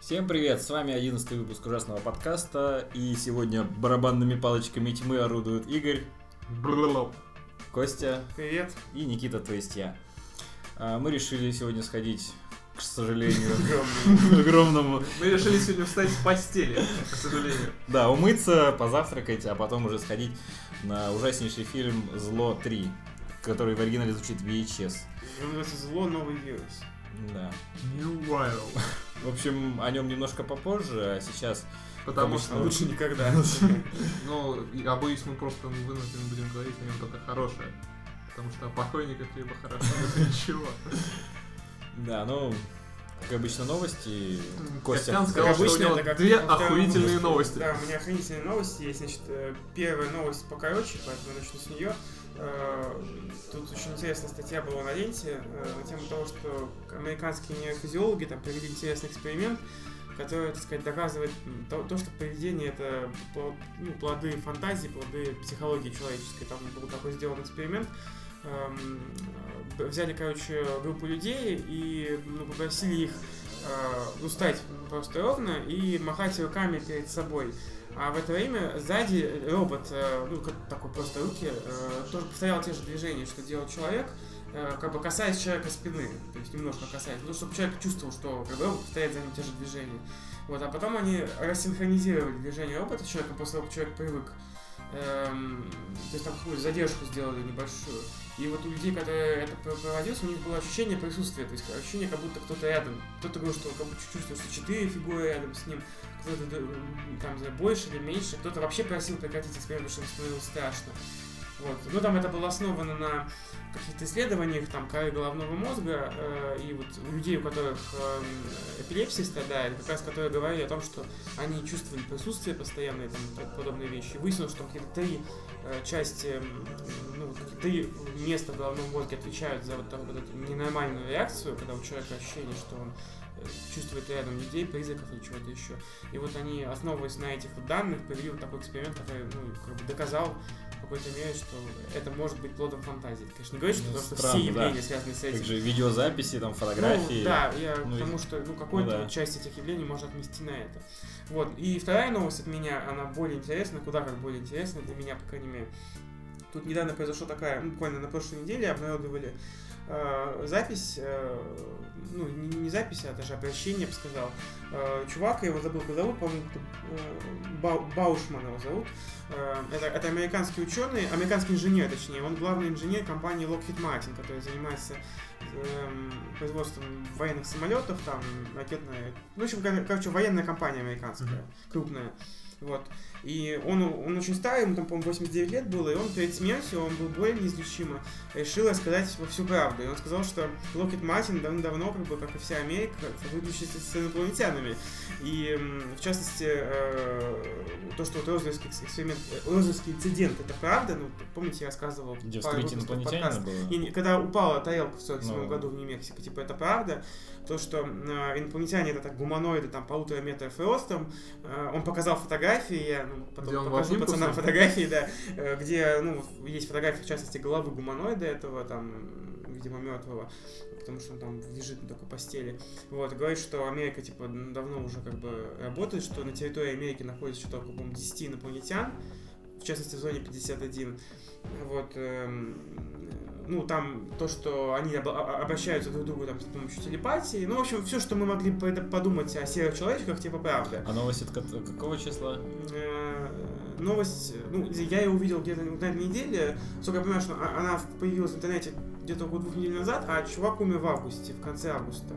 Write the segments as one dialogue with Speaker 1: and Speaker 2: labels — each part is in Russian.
Speaker 1: Всем привет, с вами 11 выпуск ужасного подкаста, и сегодня барабанными палочками тьмы орудуют Игорь,
Speaker 2: Блоп.
Speaker 1: Костя
Speaker 2: Привет.
Speaker 1: и Никита, то есть я. А, Мы решили сегодня сходить, к сожалению, к огромному,
Speaker 2: Мы решили сегодня встать с постели, к сожалению.
Speaker 1: да, умыться, позавтракать, а потом уже сходить на ужаснейший фильм «Зло 3», который в оригинале звучит VHS.
Speaker 3: Он называется «Зло. Новый вирус».
Speaker 1: Да.
Speaker 2: New Wild.
Speaker 1: В общем, о нем немножко попозже, а сейчас
Speaker 2: Потому
Speaker 1: Обычно.
Speaker 2: что,
Speaker 3: А лучше никогда.
Speaker 2: ну, я боюсь, мы просто вынуждены будем говорить о нем только хорошее. Потому что о покойниках либо хорошо, либо ничего.
Speaker 1: Да, ну, как обычно, новости. Костя.
Speaker 2: Костян сказал,
Speaker 3: Как
Speaker 2: что у
Speaker 3: обычно,
Speaker 2: него
Speaker 3: это как
Speaker 2: две
Speaker 3: во втором
Speaker 2: охуительные
Speaker 3: выпуске.
Speaker 2: новости.
Speaker 3: Да, у меня охренительные новости есть. Значит, э, первая новость покороче, поэтому я начну с нее. Э, Тут очень интересная статья была на ленте э, на тему того, что американские нейрофизиологи там провели интересный эксперимент, который, так сказать, доказывает м, то, то, что поведение это пл- ну, плоды фантазии, плоды психологии человеческой. Там был такой сделан эксперимент. Эм, э, Взяли, короче, группу людей и ну, попросили их э, ну, стать просто ровно и махать руками перед собой. А в это время сзади робот, э, ну, как такой просто руки, э, тоже повторял те же движения, что делал человек, э, как бы касаясь человека спины, то есть немножко касаясь, ну, чтобы человек чувствовал, что как бы, робот повторяет за ним те же движения. Вот, а потом они рассинхронизировали движение робота с человеком, после того, как человек привык. Эм, то есть там какую-то задержку сделали небольшую. И вот у людей, которые это про- проводилось, у них было ощущение присутствия, то есть ощущение, как будто кто-то рядом. Кто-то говорил, что как будто чувствовал, что четыре фигуры рядом с ним, кто-то д- м, там не знаю, больше или меньше, кто-то вообще просил прекратить эксперимент, потому что ему становилось страшно. Вот. Ну, там это было основано на каких-то исследованиях, там, коры головного мозга, э, и вот у людей, у которых эм, эпилепсия страдает, как раз которые говорили о том, что они чувствовали присутствие постоянное, там, так- подобные вещи. Выяснилось, что там какие-то три э, части, м, ну, вот какие-то три места в головном мозге отвечают за вот, там, вот эту ненормальную реакцию, когда у человека ощущение, что он э, чувствует рядом людей, призраков или чего-то еще. И вот они, основываясь на этих вот данных, провели вот такой эксперимент, который, ну, как бы доказал в какой-то мере, что это может быть плодом фантазии. Это, конечно, не говорит, что,
Speaker 1: Ну,
Speaker 3: потому что
Speaker 1: странно,
Speaker 3: все явления,
Speaker 1: да.
Speaker 3: связанные с этим,
Speaker 1: Как же видеозаписи, там фотографии.
Speaker 3: ну, да, я
Speaker 1: Ну,
Speaker 3: к тому,
Speaker 1: и-
Speaker 3: что ну, какую-то
Speaker 1: ну да.
Speaker 3: часть этих явлений можно отнести на это. Вот. И вторая новость от меня, она более интересна, куда как более интересна для меня, по крайней мере. Тут недавно произошла такая, ну, буквально на прошлой неделе обнародовали э, запись, э, ну, не, не запись, а даже обращение, я бы сказал. Э, чувак, я его забыл, как зовут, по-моему, это, э, Бау- Баушман его зовут. Э, это, это американский ученый, американский инженер, точнее. Он главный инженер компании Lockheed Martin, которая занимается эм, производством военных самолетов, там, ракетная... Ну, в общем, кор- короче, военная компания американская,
Speaker 2: Мгм.
Speaker 3: крупная. Вот. И он, он очень старый, ему там, по-моему, 89 лет было, и он перед смертью, он был болен неизлечимо, решил рассказать во всю правду. И он сказал, что Локет Мартин давно-давно, как бы, как и вся Америка, сотрудничает с инопланетянами. И, м, в частности, э, то, что вот Розовский экс- эксперимент, э, Розовский инцидент, это правда, ну, помните, я рассказывал
Speaker 1: Где
Speaker 3: пару
Speaker 1: вскрыть
Speaker 3: выпусков
Speaker 1: инопланетянина
Speaker 3: подкаста?
Speaker 1: было?
Speaker 3: Не, не, когда упала тарелка в 47
Speaker 1: Ну.
Speaker 3: году в Нью-Мексико, типа, это правда, то, что э, инопланетяне это так гуманоиды, там, полутора метров ростом, э, он показал фотографии, я ну,
Speaker 2: Где он
Speaker 3: потом
Speaker 2: в
Speaker 3: покажу
Speaker 2: обнимку
Speaker 3: пацанам
Speaker 2: с ним?
Speaker 3: фотографии, да, э, где, ну, есть фотографии, в частности, головы гуманоида этого, там, м, видимо, мертвого, потому что он там лежит на такой постели. Вот, говорит, что Америка, типа, м, давно уже как бы работает, что на территории Америки находится что-то около, по-моему, 10 инопланетян, в частности, в зоне 51. Вот, эм, ну, там то, что они об- о- обращаются друг к другу там, с помощью телепатии. Ну, в общем, все, что мы могли по- это подумать о серых человечках, типа правда.
Speaker 1: А новость от кат- какого числа?
Speaker 3: Э, Новость, ну, я ее увидел где-то на этой неделе, сколько я понимаю, что о- она появилась в интернете где-то около двух недель назад, а чувак умер в августе, в конце августа.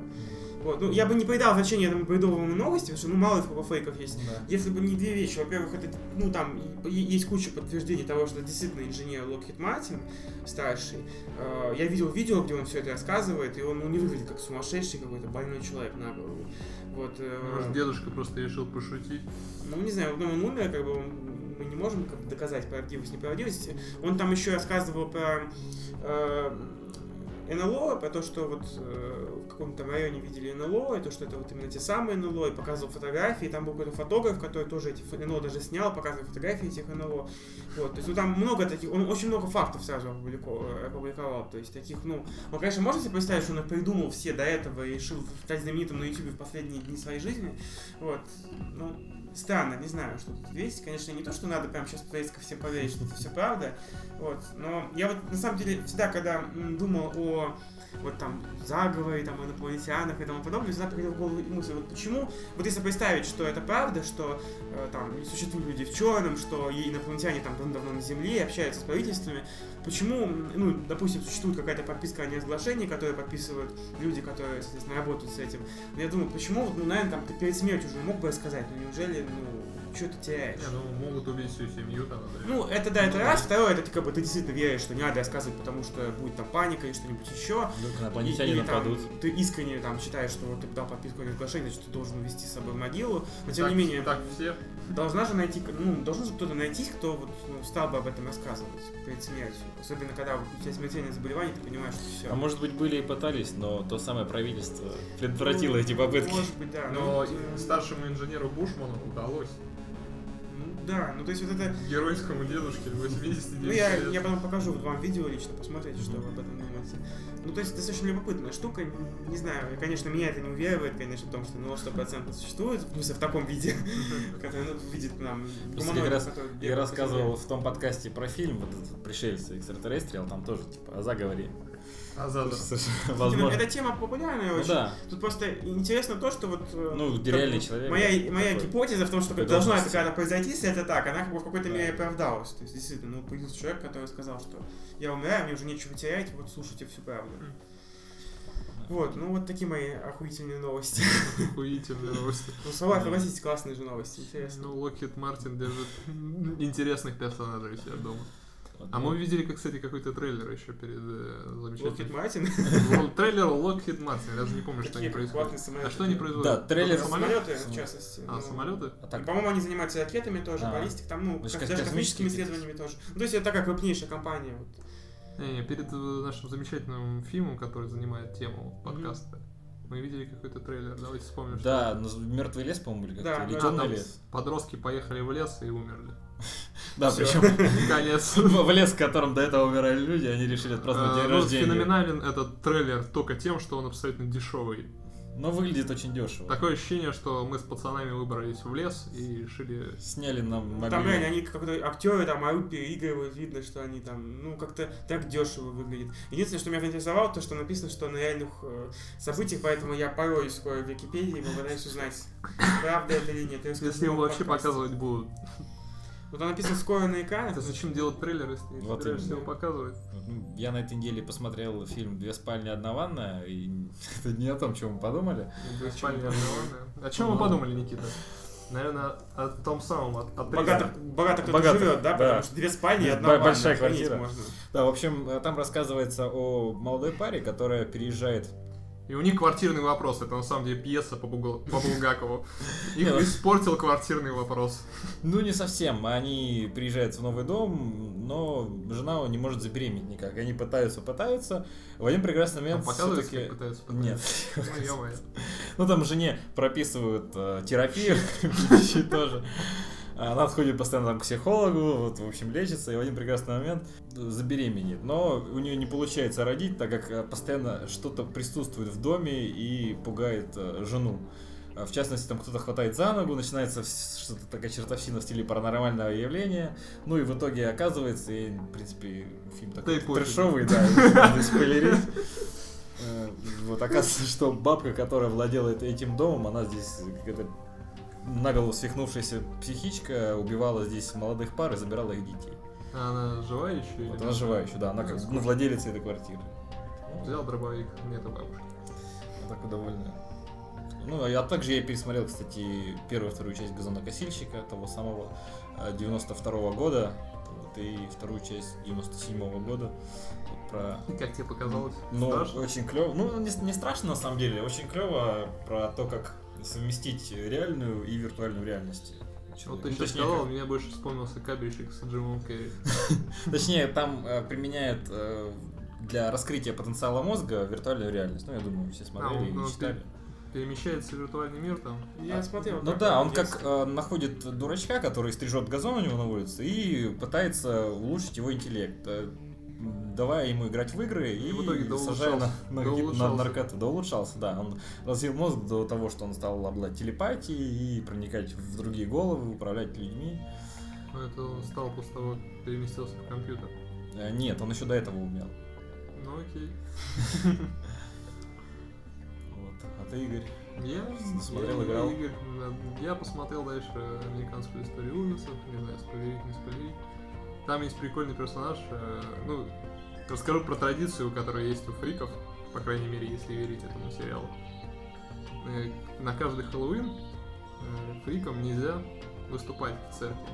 Speaker 3: Вот, ну, я бы не придал значения этому бредовому новости, потому что, ну, мало ли фейков есть. Если бы не две вещи, во-первых, это, ну, там е- есть куча подтверждений того, что это действительно инженер Локхит Мартин, старший. Э, Я видел видео, где он все это рассказывает, и он ну, не выглядит как сумасшедший какой-то больной человек на голову. Вот, э,
Speaker 2: Может, дедушка просто решил пошутить.
Speaker 3: ну, не знаю, ну, он умер, как бы он- мы не можем как бы доказать правдивость, неправдивость. Он там еще рассказывал про э, НЛО, про то, что вот э, в каком-то районе видели НЛО, и то, что это вот именно те самые НЛО, и показывал фотографии, там был какой-то фотограф, который тоже эти фо- НЛО даже снял, показывал фотографии этих НЛО. Вот, то есть, ну, там много таких, он очень много фактов сразу опублико- опубликовал, то есть, таких, ну, он, конечно, можно себе представить, что он их придумал все до этого и решил стать знаменитым на YouTube в последние дни своей жизни, вот, ну, странно, не знаю, что тут есть, конечно, не то, что надо прямо сейчас пытаться ко всем поверить, что это все правда, вот, но я вот, на самом деле, всегда, когда м, думал о вот там заговоре, там, инопланетянах и тому подобное, всегда приходила в голову мысль, вот почему, вот если представить, что это правда, что э, там существуют люди в черном, что и инопланетяне там давно на Земле, общаются с правительствами, почему, м, ну, допустим, существует какая-то подписка о неразглашении, которую подписывают люди, которые, соответственно, работают с этим, но я думаю, почему, вот, ну, наверное, там ты перед смертью уже мог бы сказать, ну, неужели, ну, что ты теряешь?
Speaker 2: Не, ну могут убить всю семью там, например.
Speaker 3: Ну, это да, это
Speaker 2: Ну,
Speaker 3: раз.
Speaker 2: да.
Speaker 3: Второе, это ты как бы ты действительно веришь, что не надо рассказывать, потому что будет там паника и что-нибудь еще.
Speaker 1: Вдруг инопланетяне
Speaker 3: И- и там
Speaker 1: нападут.
Speaker 3: ты искренне там считаешь, что вот ты дал подписку о неразглашении, значит, ты должен вести с собой в могилу. Но тем
Speaker 2: так,
Speaker 3: не менее,
Speaker 2: Так все.
Speaker 3: должна же найти, ну, должен же кто-то найти, кто вот ну, стал бы об этом рассказывать перед смертью. Особенно когда вот у тебя смертельное заболевание, ты понимаешь, что все.
Speaker 1: А может быть были и пытались, но то самое правительство предотвратило эти попытки.
Speaker 3: Ну, Может быть, да.
Speaker 2: Но
Speaker 3: ну, вот, э,
Speaker 2: старшему инженеру Бушману удалось.
Speaker 3: ну, да, ну то есть вот это.
Speaker 2: Геройскому дедушке 89
Speaker 3: Ну, я,
Speaker 2: лет.
Speaker 3: я потом покажу вам видео лично, посмотрите, что вы об этом думаете. Ну, то есть, достаточно любопытная штука. Не знаю, конечно, меня это не уверивает, конечно, в том, что НЛО 100% существует, в смысле, в таком виде, который ну, видит нам
Speaker 1: Просто
Speaker 3: гуманоид,
Speaker 1: как раз
Speaker 3: который
Speaker 1: Я
Speaker 3: бегает по
Speaker 1: рассказывал
Speaker 3: земле.
Speaker 1: в том подкасте про фильм, вот этот пришельцы экстратеррестриал, там тоже типа о заговоре.
Speaker 2: А за
Speaker 1: Совершенно
Speaker 3: Ну,
Speaker 1: Возможно.
Speaker 3: Эта тема популярная
Speaker 1: Ну
Speaker 3: очень.
Speaker 1: да.
Speaker 3: Тут просто интересно то, что вот... э,
Speaker 1: Ну, где
Speaker 3: как
Speaker 1: реальный
Speaker 3: бы
Speaker 1: человек
Speaker 3: Моя, моя
Speaker 1: такой.
Speaker 3: гипотеза в том, что
Speaker 1: Такой
Speaker 3: должна это
Speaker 1: должности.
Speaker 3: когда-то произойти, если это так, она как бы в какой-то
Speaker 1: Да.
Speaker 3: мере оправдалась. То есть, действительно, ну, появился человек, который сказал, что я умираю, мне уже нечего терять, вот слушайте всю правду.
Speaker 2: Мгм.
Speaker 3: Вот, ну вот такие мои охуительные новости.
Speaker 2: Охуительные новости.
Speaker 3: Ну, слова, согласитесь, классные же новости, интересно.
Speaker 2: Ну, Локхит Мартин держит интересных персонажей у себя дома.
Speaker 1: Вот,
Speaker 2: А
Speaker 1: ну,
Speaker 2: мы видели, как, кстати, какой-то трейлер еще перед э,
Speaker 3: Локет
Speaker 2: замечательным.
Speaker 3: Мартин.
Speaker 2: Ло- Трейлер Локхит Мартин. Я даже не помню, что они
Speaker 3: Такие
Speaker 2: производят.
Speaker 3: классные самолеты.
Speaker 2: А что они
Speaker 1: Да,
Speaker 2: производят?
Speaker 1: трейлер-
Speaker 2: Только самолеты?
Speaker 3: Самолеты, в частности.
Speaker 2: А,
Speaker 3: Ну,
Speaker 2: самолеты?
Speaker 1: а так,
Speaker 3: По-моему, они занимаются ракетами тоже,
Speaker 1: А.
Speaker 3: баллистик, там, ну,
Speaker 1: Ну, это
Speaker 3: как-
Speaker 1: как
Speaker 3: даже
Speaker 1: космические
Speaker 3: космическими
Speaker 1: какие-то.
Speaker 3: исследованиями тоже. Ну, то есть это такая крупнейшая компания. вот.
Speaker 2: Не-не, перед э, нашим замечательным фильмом, который занимает тему подкаста, мы видели какой-то трейлер. Давайте вспомним, что
Speaker 1: Да, ну, мертвый лес, по-моему, или
Speaker 3: Да,
Speaker 1: как-то, или
Speaker 3: да,
Speaker 1: темный
Speaker 2: там
Speaker 1: лес.
Speaker 2: подростки поехали в лес и умерли.
Speaker 1: Да,
Speaker 3: Всё.
Speaker 1: причем
Speaker 2: Конец.
Speaker 1: в лес, в котором до этого умирали люди, они решили отпраздновать
Speaker 2: Э,
Speaker 1: день
Speaker 2: ну,
Speaker 1: рождения.
Speaker 2: Феноменален этот трейлер только тем, что он абсолютно дешевый.
Speaker 1: Но выглядит очень дешево.
Speaker 2: Такое ощущение, что мы с пацанами выбрались в лес и решили...
Speaker 1: Сняли нам
Speaker 3: Ну, Там
Speaker 1: мобильный.
Speaker 3: реально они как-то актеры там а орут, переигрывают, видно, что они там, ну, как-то так дешево выглядит. Единственное, что меня заинтересовало, то, что написано, что на реальных э, событиях, поэтому я порой скоро в Википедии попытаюсь узнать, правда это или нет. Я расскажу
Speaker 2: Если его
Speaker 3: вам
Speaker 2: вообще
Speaker 3: подкаст.
Speaker 2: показывать будут.
Speaker 3: Вот там написано скоро на экранах.
Speaker 2: Это зачем делать трейлер, если не
Speaker 1: Вот
Speaker 2: собираешься
Speaker 3: именно.
Speaker 2: его показывать?
Speaker 1: Ну, Я на этой неделе посмотрел фильм «Две спальни, одна ванная», и это не о том, чем мы подумали.
Speaker 2: Две спальни,
Speaker 3: Почему?
Speaker 2: одна ванная. О чем вы
Speaker 1: Ну.
Speaker 2: подумали, Никита? Наверное, о том самом, о- о
Speaker 3: Богато,
Speaker 2: трейлере.
Speaker 3: богато кто-то
Speaker 1: Богато,
Speaker 3: живет, да?
Speaker 1: да.
Speaker 3: Потому что две спальни и
Speaker 1: Б-
Speaker 3: одна ванна.
Speaker 1: большая
Speaker 3: Охренеть
Speaker 1: квартира.
Speaker 3: Можно.
Speaker 1: Да, в общем, э, там рассказывается о молодой паре, которая переезжает.
Speaker 2: И у них квартирный вопрос. Это на самом деле пьеса по, Бугу- по Булгакову. Их
Speaker 1: Не, ну-
Speaker 2: испортил квартирный вопрос.
Speaker 1: Ну, не совсем. Они приезжают в новый дом, но жена не может забеременеть никак. Они пытаются, пытаются. В один прекрасный
Speaker 2: Там
Speaker 1: момент
Speaker 2: показывается,
Speaker 1: всё-таки-
Speaker 2: А как пытаются
Speaker 1: Нет.
Speaker 2: показать? Ну, ё-моё.
Speaker 1: Ну, там жене прописывают э, терапию и тоже. Она отходит постоянно там к психологу, вот, в общем, лечится, и в один прекрасный момент забеременеет. Но у нее не получается родить, так как э, постоянно что-то присутствует в доме и пугает э, жену. А, В частности, там кто-то хватает за ногу, начинается вс- что-то такая чертовщина в стиле паранормального явления. Ну и в итоге оказывается, и, в принципе, фильм такой
Speaker 2: и пофиг.
Speaker 1: трешовый, да, не надо спойлерить. Э, Вот оказывается, что бабка, которая владела эт- этим домом, она здесь какая-то наголову свихнувшаяся психичка убивала здесь молодых пар и забирала их детей.
Speaker 2: А Она живая еще? или
Speaker 1: Вот
Speaker 2: нет?
Speaker 1: она жива еще, да, она как бы, ну, владелец этой квартиры. Ну,
Speaker 2: Взял дробовик, нету бабушки.
Speaker 1: она так довольна. Ну, а я также я пересмотрел, кстати, первую и вторую часть «Газонокосильщика» того самого э, 92 года, вот, и вторую часть 97 года, вот, про
Speaker 2: И Как тебе показалось?
Speaker 1: Ну,
Speaker 2: Страшно?
Speaker 1: очень клево. Ну, не, не страшно на самом деле. Очень клево про то, как совместить реальную и виртуальную реальность.
Speaker 2: Вот
Speaker 1: человека.
Speaker 2: ты
Speaker 1: Ну,
Speaker 2: сейчас
Speaker 1: точнее,
Speaker 2: сказал, мне больше вспомнился кабельщик с Джимом Керри.
Speaker 1: как- точнее, там э, применяют э, для раскрытия потенциала мозга виртуальную реальность. Ну, я думаю, все смотрели
Speaker 2: А, ну,
Speaker 1: и
Speaker 2: ты-
Speaker 1: читали.
Speaker 2: Перемещается в виртуальный мир там.
Speaker 3: Я смотрел.
Speaker 1: Ну
Speaker 3: как
Speaker 1: да,
Speaker 3: это
Speaker 1: он
Speaker 3: есть.
Speaker 1: как э, находит дурачка, который стрижет газон у него на улице, и пытается улучшить его интеллект, э, давая ему играть в игры и,
Speaker 2: И в итоге
Speaker 1: сажая на, на,
Speaker 2: доулучшался.
Speaker 1: какие-то- на наркоту. Да улучшался, да. Он развил мозг до того, что он стал обладать телепатией и проникать в другие головы, управлять людьми.
Speaker 2: Но это он стал после того, как переместился в компьютер.
Speaker 1: Э, нет, он еще до этого умел.
Speaker 2: Ну окей.
Speaker 1: Вот. А ты, Игорь?
Speaker 2: Я
Speaker 1: Смотрел,
Speaker 2: я,
Speaker 1: играл.
Speaker 2: Игорь, да, я посмотрел дальше американскую историю ужасов, не знаю, спойлерить, не спойлерить. Там есть прикольный персонаж, э, ну, расскажу про традицию, которая есть у фриков, по крайней мере, если верить этому сериалу. Э, На каждый Хэллоуин э, фрикам нельзя выступать в церкви.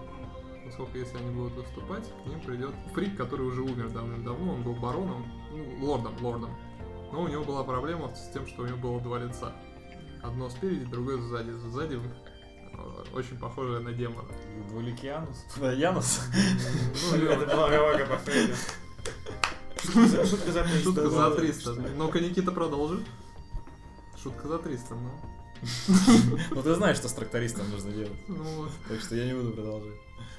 Speaker 2: Поскольку если они будут выступать, к ним придет фрик, который уже умер давным-давно, он был бароном, ну, лордом, лордом. Но у него была проблема с тем, что у него было два лица. Одно спереди, другое сзади. Сзади э, очень похожее на демона.
Speaker 1: Двуликианус? Да, Янус.
Speaker 2: Ну,
Speaker 3: Это была Равага по Фрейду. Шутка за 300.
Speaker 2: Шутка
Speaker 3: да,
Speaker 2: за
Speaker 3: да.
Speaker 2: 300. Ну-ка, Никита, продолжи. Шутка за 300, ну.
Speaker 1: Ну ты знаешь, что с трактористом нужно делать,
Speaker 2: Ну вот.
Speaker 1: так что я не буду продолжать.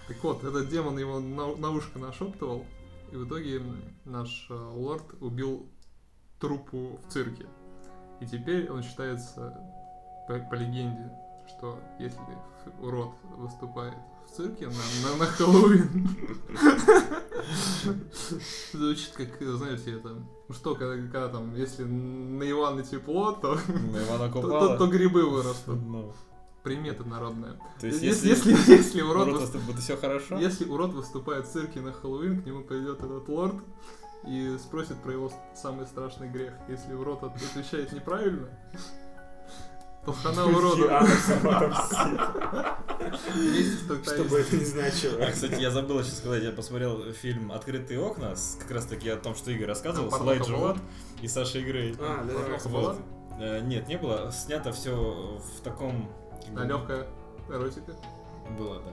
Speaker 2: Так вот, этот демон его на, на ушко нашептывал, и в итоге наш э, лорд убил трупу в цирке. И теперь он считается, по, по легенде, что если ф- урод выступает в цирке на, на- на Хэллоуин, звучит как, э, знаете, это... Ну что, когда, когда там, если на Ивана тепло, то,
Speaker 1: На Ивана
Speaker 2: то, то- то
Speaker 1: Купала.
Speaker 2: грибы вырастут.
Speaker 1: Ну,
Speaker 2: Примета народная.
Speaker 1: То есть
Speaker 2: Если,
Speaker 1: если...
Speaker 2: если, если урод выступает...
Speaker 1: Просто будет все хорошо.
Speaker 2: Если урод выступает в цирке на Хэллоуин, к нему придет этот лорд и спросит про его самый страшный грех. Если урод от- отвечает неправильно, то хана урода.
Speaker 3: Диана Сабатовс.
Speaker 2: Вместе с трактористом.
Speaker 3: Что бы это ни значило.
Speaker 1: А, кстати, я забыл еще сказать, я посмотрел фильм «Открытые окна», с- как раз таки о том, что Игорь рассказывал,
Speaker 2: Там
Speaker 1: с Лайджи
Speaker 2: порнуха была?
Speaker 1: Ватт и Сашей Грей.
Speaker 3: А, да, да.
Speaker 2: Порнуха была?
Speaker 1: Э, Нет, не было. Снято все в таком... как бы,
Speaker 2: Да, легкая эротика.
Speaker 1: Было, да.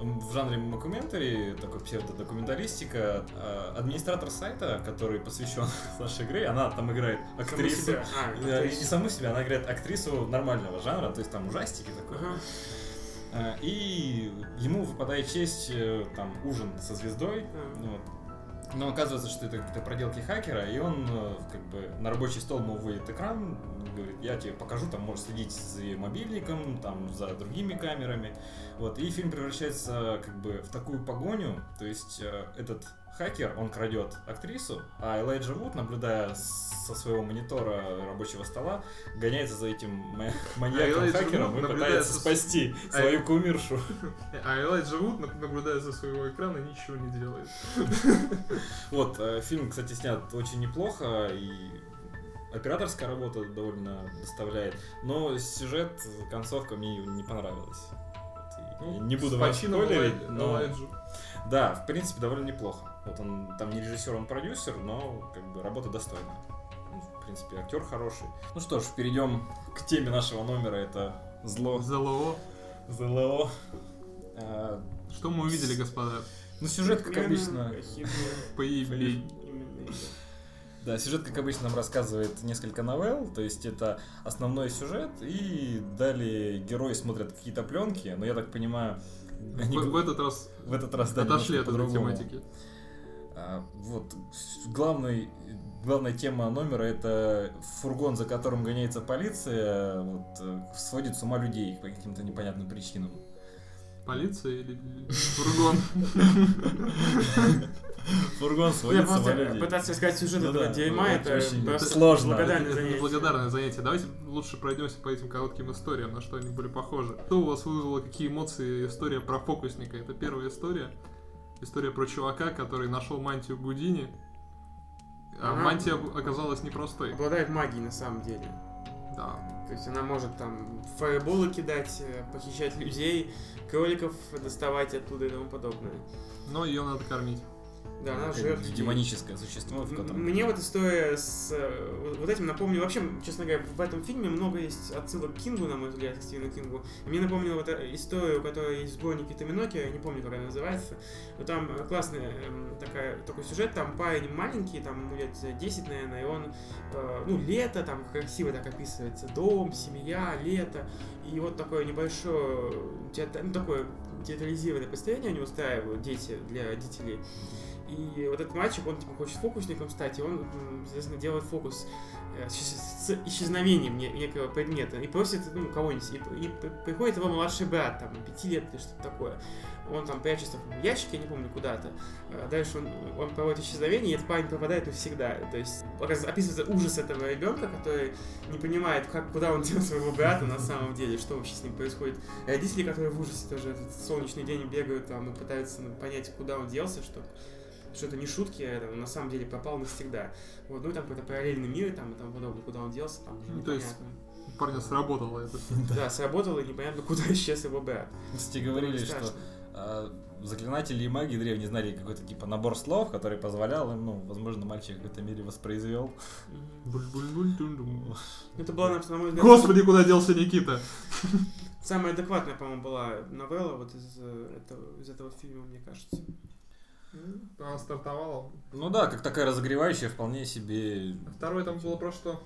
Speaker 1: М, В жанре мокументари, такой псевдодокументалистика, э, администратор сайта, который посвящен Саше Грей, она там играет актрису.
Speaker 3: Саму себя. А,
Speaker 1: Э, И
Speaker 3: актрису.
Speaker 1: саму себя, она играет актрису нормального жанра, то есть там ужастики такое.
Speaker 3: Ага.
Speaker 1: Э, И ему выпадает честь э, там ужин со звездой.
Speaker 3: А.
Speaker 1: Ну, вот. Но оказывается, что это какие-то проделки хакера, и он э, как бы на рабочий стол ему выводит экран, говорит, я тебе покажу, там можешь следить за её мобильником, там за другими камерами. Вот, и фильм превращается как бы в такую погоню, то есть э, этот хакер, он крадет актрису, а Элайджа Вуд, наблюдая с- со своего монитора рабочего стола, гоняется за этим ма-
Speaker 2: А Элайджа
Speaker 1: маньяком-хакером
Speaker 2: Вуд
Speaker 1: и
Speaker 2: наблюдает
Speaker 1: пытается
Speaker 2: со-
Speaker 1: спасти
Speaker 2: А
Speaker 1: свою
Speaker 2: Элай-
Speaker 1: кумиршу.
Speaker 2: А Элайт живут, наблюдая за своего экрана, ничего не делает.
Speaker 1: Вот, э, фильм, кстати, снят очень неплохо, и операторская работа довольно доставляет, но сюжет, концовка мне не понравилась. Вот, и- и не буду
Speaker 2: Ну, С
Speaker 1: вам
Speaker 2: почином
Speaker 1: спойлерить,
Speaker 2: Элай-
Speaker 1: но...
Speaker 2: Элайджу.
Speaker 1: Да, в принципе, довольно неплохо. Вот он там не режиссер, он продюсер, но как бы работа достойная. Ну, В принципе, актер хороший. Ну что ж, перейдем к теме нашего номера. Это зло.
Speaker 2: ЗЛО.
Speaker 1: ЗЛО. Э,
Speaker 2: Что мы увидели, господа?
Speaker 1: Ну, сюжет, как
Speaker 3: Примерно
Speaker 1: обычно,
Speaker 3: хибу-
Speaker 2: Поебей.
Speaker 3: именно.
Speaker 1: Да, сюжет, как обычно, нам рассказывает несколько новелл, то есть это основной сюжет, и далее герои смотрят какие-то пленки, но я так понимаю, они
Speaker 2: В в этот раз
Speaker 1: в этот раз да,
Speaker 2: отошли от
Speaker 1: немножко
Speaker 2: этой
Speaker 1: по-другому.
Speaker 2: тематики.
Speaker 1: А, вот, с- главный, главная тема номера это фургон, за которым гоняется полиция, вот, э, сводит с ума людей по каким-то непонятным причинам.
Speaker 2: Полиция или или фургон?
Speaker 1: Фургон
Speaker 3: Ну, Я
Speaker 1: сводит с ума
Speaker 3: просто
Speaker 1: людей.
Speaker 3: пытаться искать сюжет
Speaker 1: Ну
Speaker 3: этого
Speaker 1: да,
Speaker 3: дерьма,
Speaker 1: это
Speaker 3: это
Speaker 1: очень
Speaker 3: просто
Speaker 1: сложно.
Speaker 3: благодарное
Speaker 2: Это
Speaker 3: занятие.
Speaker 2: благодарное занятие. Давайте лучше пройдемся по этим коротким историям, на что они были похожи. Что у вас вызвало какие эмоции история про фокусника? Это первая история. История про чувака, который нашел мантию Гудини. А
Speaker 3: Ага.
Speaker 2: мантия оказалась непростой.
Speaker 3: Обладает магией на самом деле.
Speaker 2: Да.
Speaker 3: То есть она может там фаерболы кидать, э, похищать людей, кроликов доставать оттуда и тому подобное.
Speaker 2: Но ее надо кормить.
Speaker 3: Да, она
Speaker 1: Как
Speaker 3: жертва.
Speaker 1: демоническое существо, в
Speaker 3: М-
Speaker 1: котором...
Speaker 3: Мне вот история с э, вот- вот этим напомнила, вообще, честно говоря, в этом фильме много есть отсылок к Кингу, на мой взгляд, к Стивену Кингу. И Мне напомнила вот э, историю, которая есть в сборнике Таминоки, я не помню, как она называется, но там э, классный эм, такая, такой сюжет, там парень маленький, там ему лет 10, наверное, и он, э, ну, лето, там красиво так описывается, дом, семья, лето, и вот такое небольшое, театр- ну, такое театрализированное представление они устраивают, дети, для детей. И вот этот мальчик, он типа хочет фокусником стать, и он, м, соответственно, делает фокус э, с с исчезновением не- некого предмета и просит ну, кого-нибудь. И, п- и п- приходит его младший брат, там, пяти лет или что-то такое. Он там прячется в ящике, я не помню, куда-то. Э, Дальше он, он проводит исчезновение, и этот парень пропадает навсегда. То есть раз- описывается ужас этого ребенка, который не понимает, как, куда он дел своего брата на самом деле, что вообще с ним происходит. Родители, которые в ужасе тоже этот солнечный день бегают там и пытаются ну, понять, куда он делся, что что это не шутки, а это он на самом деле пропал навсегда. Вот, ну и там какой-то параллельный мир и там и тому подобное, куда он делся, там уже
Speaker 2: Ну, то есть,
Speaker 3: непонятно.
Speaker 2: у парня сработало это всё.
Speaker 1: Да.
Speaker 3: Да, сработало и непонятно, куда исчез его брат.
Speaker 1: Кстати, говорили,
Speaker 3: Довольно
Speaker 1: что
Speaker 3: страшно.
Speaker 1: а, заклинатели и маги древние знали какой-то типа набор слов, который позволял им, ну, возможно, мальчик в какой-то мере воспроизвел.
Speaker 3: Мгм. Ну,
Speaker 2: Буль-буль-буль-дун-дун.
Speaker 3: Это была, на мой взгляд,
Speaker 2: Господи, куда делся Никита?
Speaker 3: самая адекватная, по-моему, была новелла вот из, э, этого, из этого фильма, мне кажется.
Speaker 4: Она стартовала.
Speaker 1: Ну да, как такая разогревающая, вполне себе...
Speaker 4: Второе там было про что?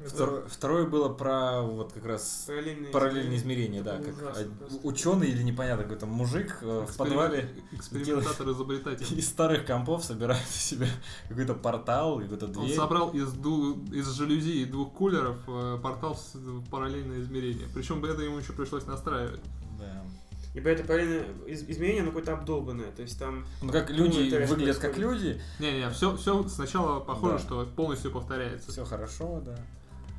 Speaker 4: Это-
Speaker 1: Второе, второе было про вот как раз
Speaker 3: Параллельные
Speaker 1: параллельные измерения,
Speaker 3: Это
Speaker 1: да,
Speaker 3: было
Speaker 1: как
Speaker 3: ужасно
Speaker 1: а,
Speaker 3: просто.
Speaker 1: ученый или непонятно какой-то мужик э, в
Speaker 2: Эксперимент-
Speaker 1: подвале
Speaker 2: Экспериментатор-изобретатель.
Speaker 1: из старых компов собирает у себя какой-то портал, какую-то
Speaker 2: Он
Speaker 1: дверь.
Speaker 2: собрал из, ду- из жалюзи и двух кулеров э, портал с в параллельное измерение. Причем это ему еще пришлось настраивать.
Speaker 1: Да.
Speaker 3: Ибо это параллельное из- измерение, оно какое-то обдолбанное, то есть там...
Speaker 1: Ну как
Speaker 3: Ну, это
Speaker 1: люди
Speaker 3: реально
Speaker 1: выглядят как
Speaker 3: происходит.
Speaker 1: люди,
Speaker 2: Не-не, все, все сначала похоже,
Speaker 1: Да.
Speaker 2: что полностью повторяется.
Speaker 1: все хорошо, да.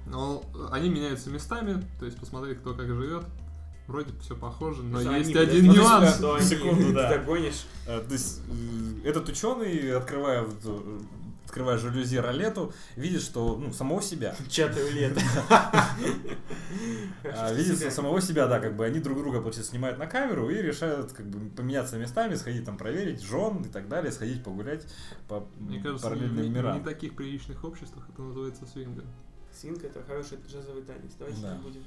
Speaker 2: Но они меняются местами, то есть посмотри, кто как живет. Вроде все похоже, но
Speaker 3: то они,
Speaker 2: есть
Speaker 3: блядь,
Speaker 2: один
Speaker 3: вот
Speaker 2: нюанс.
Speaker 3: сюда, то они,
Speaker 1: Секунду, да.
Speaker 3: Ты догонишь.
Speaker 1: Э, То есть э, этот ученый, открывая, вот, э, открывая жалюзи ролету, видит, что ну, самого себя.
Speaker 3: Чатаю лето.
Speaker 1: А, видит
Speaker 3: Себя.
Speaker 1: самого себя, да, как бы они друг друга, получается, снимают на камеру и решают как бы поменяться местами, сходить там проверить жен и так далее, сходить погулять по
Speaker 2: Мне
Speaker 1: м,
Speaker 2: кажется, не,
Speaker 1: параллельным
Speaker 2: не-
Speaker 1: мирам.
Speaker 2: не таких приличных обществах это называется свингом.
Speaker 3: Свинка это хороший джазовый танец. Давайте
Speaker 1: Да.
Speaker 3: не будем.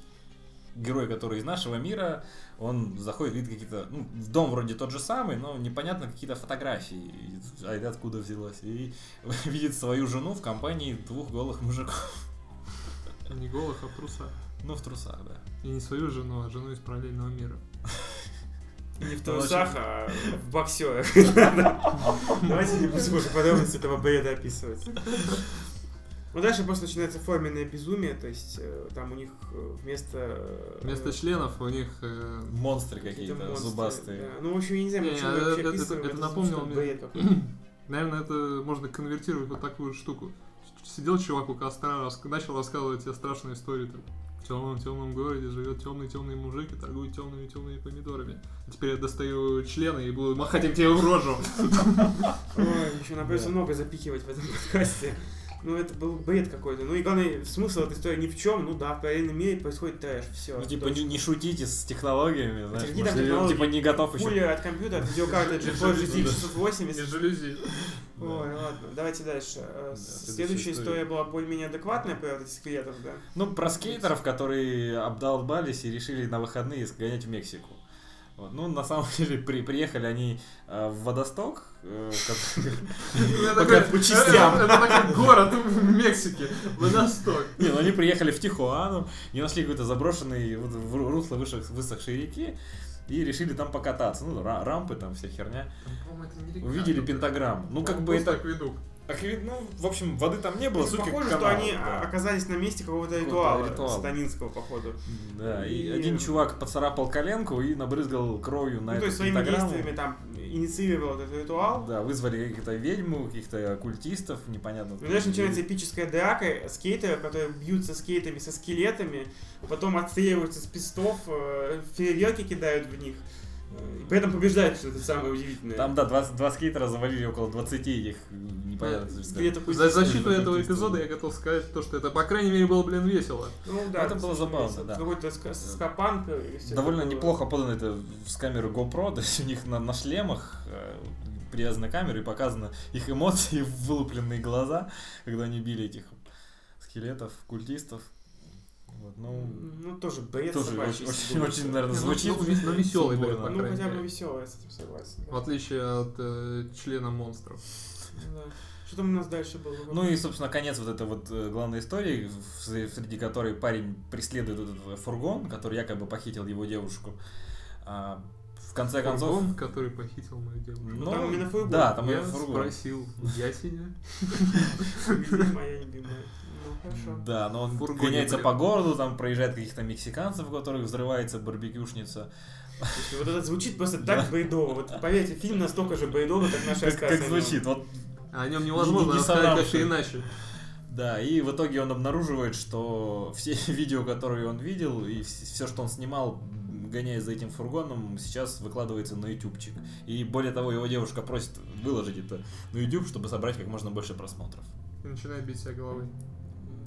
Speaker 1: Герой, который из нашего мира, он заходит, видит какие-то, ну, в дом вроде тот же самый, но непонятно какие-то фотографии, и- а это откуда взялось, и видит свою жену в компании двух голых мужиков,
Speaker 2: Не голых, а в трусах.
Speaker 1: ну, в трусах, да.
Speaker 2: И не свою жену, а жену из параллельного мира.
Speaker 3: И Не в
Speaker 1: Ну,
Speaker 3: трусах, а в боксерах. Давайте не будем уже подробности этого бреда описывать. Ну дальше просто начинается форменное безумие, то есть э, там у них э, вместо... э,
Speaker 2: Вместо членов у них... э,
Speaker 1: Монстры
Speaker 3: какие-то
Speaker 1: какие-то,
Speaker 3: монстры,
Speaker 1: зубастые.
Speaker 3: да. Ну, в общем, я не знаю,
Speaker 2: Не,
Speaker 3: почему
Speaker 2: это-
Speaker 3: я вообще
Speaker 2: это-
Speaker 3: описываю,
Speaker 2: это
Speaker 3: потому
Speaker 2: напомнило
Speaker 3: что
Speaker 2: мне-
Speaker 3: бред какой-то.
Speaker 2: Наверное, это можно конвертировать вот такую штуку. Сидел чувак у костра, рас- начал рассказывать тебе страшную историю. Там, в темном темном городе живет темный темный мужик и торгует темными темными помидорами. А теперь я достаю члены и буду махать им тебе в рожу.
Speaker 3: Ой, еще нам придется
Speaker 1: Да.
Speaker 3: много запихивать в этом подкасте. Ну, это был бред какой-то. Ну, и главный смысл этой истории ни в чем. Ну да, в параллельном мире происходит трэш, все.
Speaker 1: Ну, типа, не, не шутите с технологиями, знаешь,
Speaker 3: какие
Speaker 1: может,
Speaker 3: там
Speaker 1: он,
Speaker 3: технологии?
Speaker 1: типа, не готов еще.
Speaker 3: Пуля от компьютера, от видеокарты GeForce GTX 680.
Speaker 2: жалюзи.
Speaker 1: Да.
Speaker 3: Ой, ладно, давайте дальше. Э,
Speaker 1: Да,
Speaker 3: Следующая
Speaker 1: следующая
Speaker 3: история
Speaker 1: история.
Speaker 3: была более-менее адекватная про этих скелетов, да?
Speaker 1: Ну, про скейтеров, которые обдолбались и решили на выходные сгонять в Мексику. Вот. Ну, на самом деле, при, приехали они э, в Водосток, э, который- Пока по частям.
Speaker 2: Это такой город в Мексике, водосток.
Speaker 1: Не, ну они приехали в Тихуану, не нашли какой-то заброшенный вот в ру- русло высох- высохшей реки и решили там покататься. Ну, ра- рампы там, вся херня. Увидели пентаграмму. Ну, как бы это...
Speaker 2: ведут.
Speaker 1: Акве- Ну, в общем, воды там не было, суть как
Speaker 3: Похоже, что
Speaker 1: Ну, канал,
Speaker 3: они
Speaker 1: да.
Speaker 3: а, оказались на месте какого-то
Speaker 1: Какого-то
Speaker 3: ритуала,
Speaker 1: ритуала.
Speaker 3: сатанинского, походу.
Speaker 1: Да, и,
Speaker 3: И-
Speaker 1: один чувак поцарапал коленку и набрызгал кровью на
Speaker 3: Ну, то
Speaker 1: эту
Speaker 3: есть своими
Speaker 1: пентаграмму.
Speaker 3: действиями там инициировал этот ритуал.
Speaker 1: Да, вызвали каких-то ведьму, каких-то оккультистов, непонятно.
Speaker 3: Ну, дальше начинается эпическая драка скейтеров, которые бьются скейтами со скелетами, потом отстреливаются с пистов, э, фейерверки кидают в них. э, И при этом побеждают, что это самое удивительное.
Speaker 1: Там, да, 22 скейтера завалили около 20 их м, непонятно.
Speaker 2: Да,
Speaker 1: да.
Speaker 3: скелетов
Speaker 2: За защиту этого эпизода я готов сказать то, что это, по крайней мере, было, блин, весело.
Speaker 3: Ну да,
Speaker 1: Это было
Speaker 3: слушай,
Speaker 1: забавно,
Speaker 3: если
Speaker 1: да.
Speaker 3: Какой-то ска- скапанк. и всё
Speaker 1: Довольно
Speaker 3: такое.
Speaker 1: неплохо подано это с камеры GoPro, то есть у них на, на шлемах э, привязаны камеры и показаны их эмоции, вылупленные глаза, когда они били этих скелетов, культистов. Вот, ну,
Speaker 3: Ну, тоже бред
Speaker 1: тоже
Speaker 3: собачий,
Speaker 1: очень,
Speaker 3: если
Speaker 1: очень,
Speaker 3: думать.
Speaker 1: очень, наверное,
Speaker 2: Не, ну,
Speaker 1: звучит.
Speaker 2: ну, вес- ну, весёлый был, по
Speaker 1: сумбурно.
Speaker 3: Ну,
Speaker 2: крайней
Speaker 3: хотя бы
Speaker 2: мере.
Speaker 3: весело, я с этим согласен. да.
Speaker 2: В отличие от э, члена монстров.
Speaker 3: Да. Что там у нас дальше было?
Speaker 1: Ну и, собственно, конец вот этой вот э, главной истории, в- среди которой парень преследует этот фургон, который якобы похитил его девушку. А, в конце концов...
Speaker 2: Фургон, который похитил мою девушку.
Speaker 1: Ну,
Speaker 3: Там именно фургон.
Speaker 1: Да, там
Speaker 2: я
Speaker 1: именно фургон.
Speaker 2: спросил, я тебя?
Speaker 3: Где моя любимая? Ну, хорошо.
Speaker 1: Да, но он
Speaker 2: В фургоне
Speaker 1: гоняется
Speaker 2: прям.
Speaker 1: по городу, там проезжает каких-то мексиканцев, у которых взрывается барбекюшница.
Speaker 3: Слушай, Вот это звучит просто
Speaker 1: Да.
Speaker 3: так бредово. Вот поверьте, фильм настолько же бредово, как ну. наша
Speaker 1: Как,
Speaker 3: рассказ.
Speaker 1: как
Speaker 3: о нем.
Speaker 1: звучит. Вот,
Speaker 2: А О нем
Speaker 1: Не-
Speaker 2: невозможно
Speaker 1: не
Speaker 2: рассказать,
Speaker 1: диссонанс.
Speaker 2: конечно, иначе.
Speaker 1: да, и в итоге он обнаруживает, что все видео, которые он видел, и все, что он снимал, гоняясь за этим фургоном, сейчас выкладывается на ютубчик. И более того, его девушка просит выложить это на YouTube, чтобы собрать как можно больше просмотров.
Speaker 2: И Начинает бить себя головой.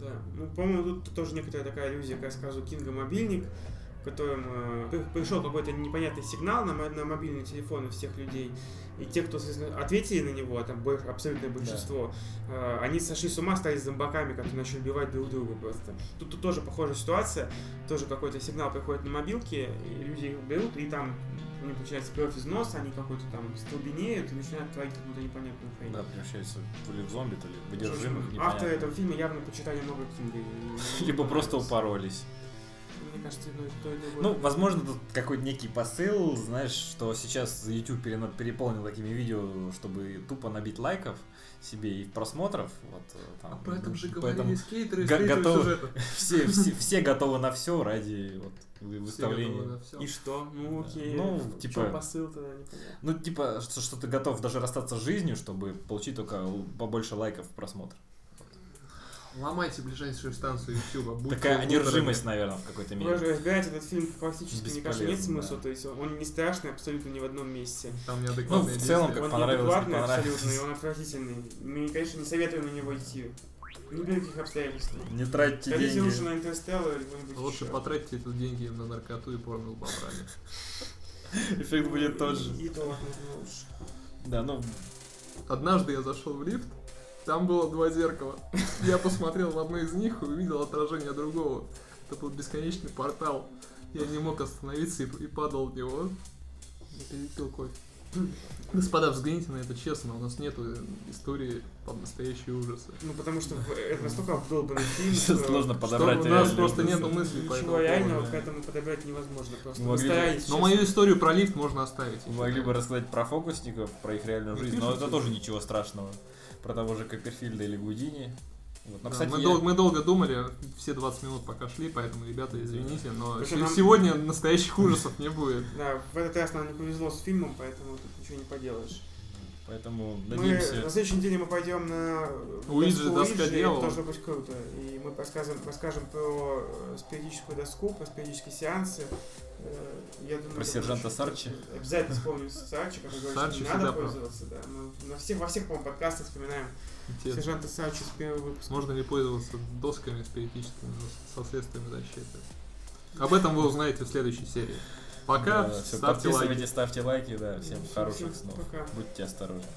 Speaker 3: Да. Ну, по-моему, тут тоже некоторая такая иллюзия, как я сказал, Кинга мобильник, в котором э, при- пришел какой-то непонятный сигнал на, мо- на мобильные телефоны всех людей. И те, кто соответственно, ответили на него, а там больш- абсолютное большинство, э, они сошли с ума, стали зомбаками, которые начали убивать друг друга просто. Тут, тут тоже похожая ситуация, тоже какой-то сигнал приходит на мобилке, и люди их берут, и там у них получается кровь из носа, они какой-то там столбенеют и начинают творить какую-то непонятную хрень.
Speaker 1: Да, превращается то ли в зомби, то ли в
Speaker 3: В общем,
Speaker 2: ну,
Speaker 1: одержимых,
Speaker 3: Авторы
Speaker 1: непонятно.
Speaker 3: этого фильма явно почитали много Кинга. и-
Speaker 1: Либо просто упоролись.
Speaker 3: Мне кажется, ну, и то и другое.
Speaker 1: Ну, возможно, тут какой-то некий посыл, знаешь, что сейчас YouTube перена- переполнен такими видео, чтобы тупо набить лайков себе и просмотров. Вот, э, там,
Speaker 2: А об этом же
Speaker 1: поэтому
Speaker 2: говорили скейтеры из
Speaker 1: го-
Speaker 2: третьего
Speaker 1: готовы-
Speaker 2: сюжета.
Speaker 1: все, все, все готовы на все ради вот, вы- выставления.
Speaker 2: все.
Speaker 3: и что? Ну,
Speaker 1: Да.
Speaker 3: окей.
Speaker 1: Ну,
Speaker 3: В
Speaker 1: типа-
Speaker 3: чём посыл-то, я не понимаю.
Speaker 1: Ну, типа, что, что ты готов даже расстаться с жизнью, чтобы получить только л- побольше лайков просмотров.
Speaker 2: Ломайте ближайшую станцию Ютуба. будьте
Speaker 1: Такая
Speaker 2: лузерами.
Speaker 1: одержимость, наверное, в какой-то
Speaker 3: Вы же
Speaker 1: мере.
Speaker 3: разбираете этот фильм практически, мне кажется, нет
Speaker 1: Бесполезно,
Speaker 3: смысла.
Speaker 1: да.
Speaker 3: То есть он- он не страшный абсолютно ни в одном месте.
Speaker 2: Там
Speaker 1: Ну,
Speaker 2: неадекватные
Speaker 1: в целом,
Speaker 2: действия.
Speaker 1: как
Speaker 3: он
Speaker 1: понравилось, не
Speaker 3: неадекватный
Speaker 1: понравилось.
Speaker 3: абсолютно, и он отвратительный. Мы, конечно, не советуем на него идти. Ни при каких обстоятельствах.
Speaker 1: Не тратьте
Speaker 3: Ходите лучше
Speaker 1: деньги.
Speaker 3: на Интерстеллу или нибудь
Speaker 2: Лучше потратьте эти деньги на наркоту и порно с бобрами.
Speaker 1: Эффект будет тот же.
Speaker 3: И то, наверное, лучше.
Speaker 1: Да, ну,
Speaker 2: Однажды я зашел в лифт, там было два зеркала. Я посмотрел в одно из них и увидел отражение другого. Это был бесконечный портал. Я не мог остановиться и, и падал в него. И перепил кофе. Господа, взгляните на это честно, у нас нету э, истории под настоящие ужасы.
Speaker 3: Ну, потому что в- это настолько обдолбанный фильм,
Speaker 1: сейчас
Speaker 3: что-
Speaker 1: сложно
Speaker 2: Что
Speaker 1: подобрать
Speaker 2: у нас
Speaker 1: реальные
Speaker 2: просто
Speaker 1: образы.
Speaker 2: нету мыслей по этому
Speaker 3: Ничего
Speaker 2: поводу. Ну,
Speaker 3: реального к этому подобрать невозможно. Просто
Speaker 1: Мы
Speaker 3: мы
Speaker 1: могли бы-
Speaker 3: старались.
Speaker 2: Но
Speaker 3: честно.
Speaker 2: мою историю про лифт можно оставить.
Speaker 1: Мы могли бы рассказать про фокусников, про их реальную
Speaker 2: Ну,
Speaker 1: жизнь, но это
Speaker 2: слушайте.
Speaker 1: тоже ничего страшного. Про того же Копперфильда или Гудини. Вот, но,
Speaker 2: Да,
Speaker 1: кстати,
Speaker 2: мы,
Speaker 1: я-
Speaker 2: дол- мы долго думали, все 20 минут пока шли, поэтому, ребята, извините, но
Speaker 3: Слушай,
Speaker 2: се-
Speaker 3: нам-
Speaker 2: сегодня настоящих ужасов не будет.
Speaker 3: Да, в этот раз нам не повезло с фильмом, поэтому тут ничего не поделаешь.
Speaker 1: поэтому
Speaker 3: Мы, на
Speaker 1: надеемся...
Speaker 3: следующей неделе мы пойдем на
Speaker 2: Уиджи,
Speaker 3: доску
Speaker 2: доска
Speaker 3: Уиджи,
Speaker 2: дьявола.
Speaker 3: это должно быть круто. И мы расскажем, расскажем про э, спиритическую доску, про спиритические сеансы. Э, Я думаю,
Speaker 1: Про
Speaker 3: это
Speaker 1: сержанта
Speaker 3: будет-
Speaker 1: Сарчи.
Speaker 3: Обязательно вспомним Сарчи, который говорит,
Speaker 2: Сарчи
Speaker 3: что не
Speaker 2: всегда
Speaker 3: надо
Speaker 2: прав.
Speaker 3: пользоваться. Да. Мы на всех, во всех, по-моему, подкастах вспоминаем
Speaker 2: Интересно,
Speaker 3: сержанта Сарчи с первого выпуска.
Speaker 2: Можно ли пользоваться досками спиритическими со средствами защиты? Об этом вы узнаете в следующей серии. Пока,
Speaker 1: Да, всё,
Speaker 2: ставьте лайки.
Speaker 1: подписывайтесь, ставьте лайки, да, всем
Speaker 3: Всем
Speaker 1: хороших
Speaker 3: всем
Speaker 1: снов.
Speaker 3: пока.
Speaker 1: Будьте осторожны.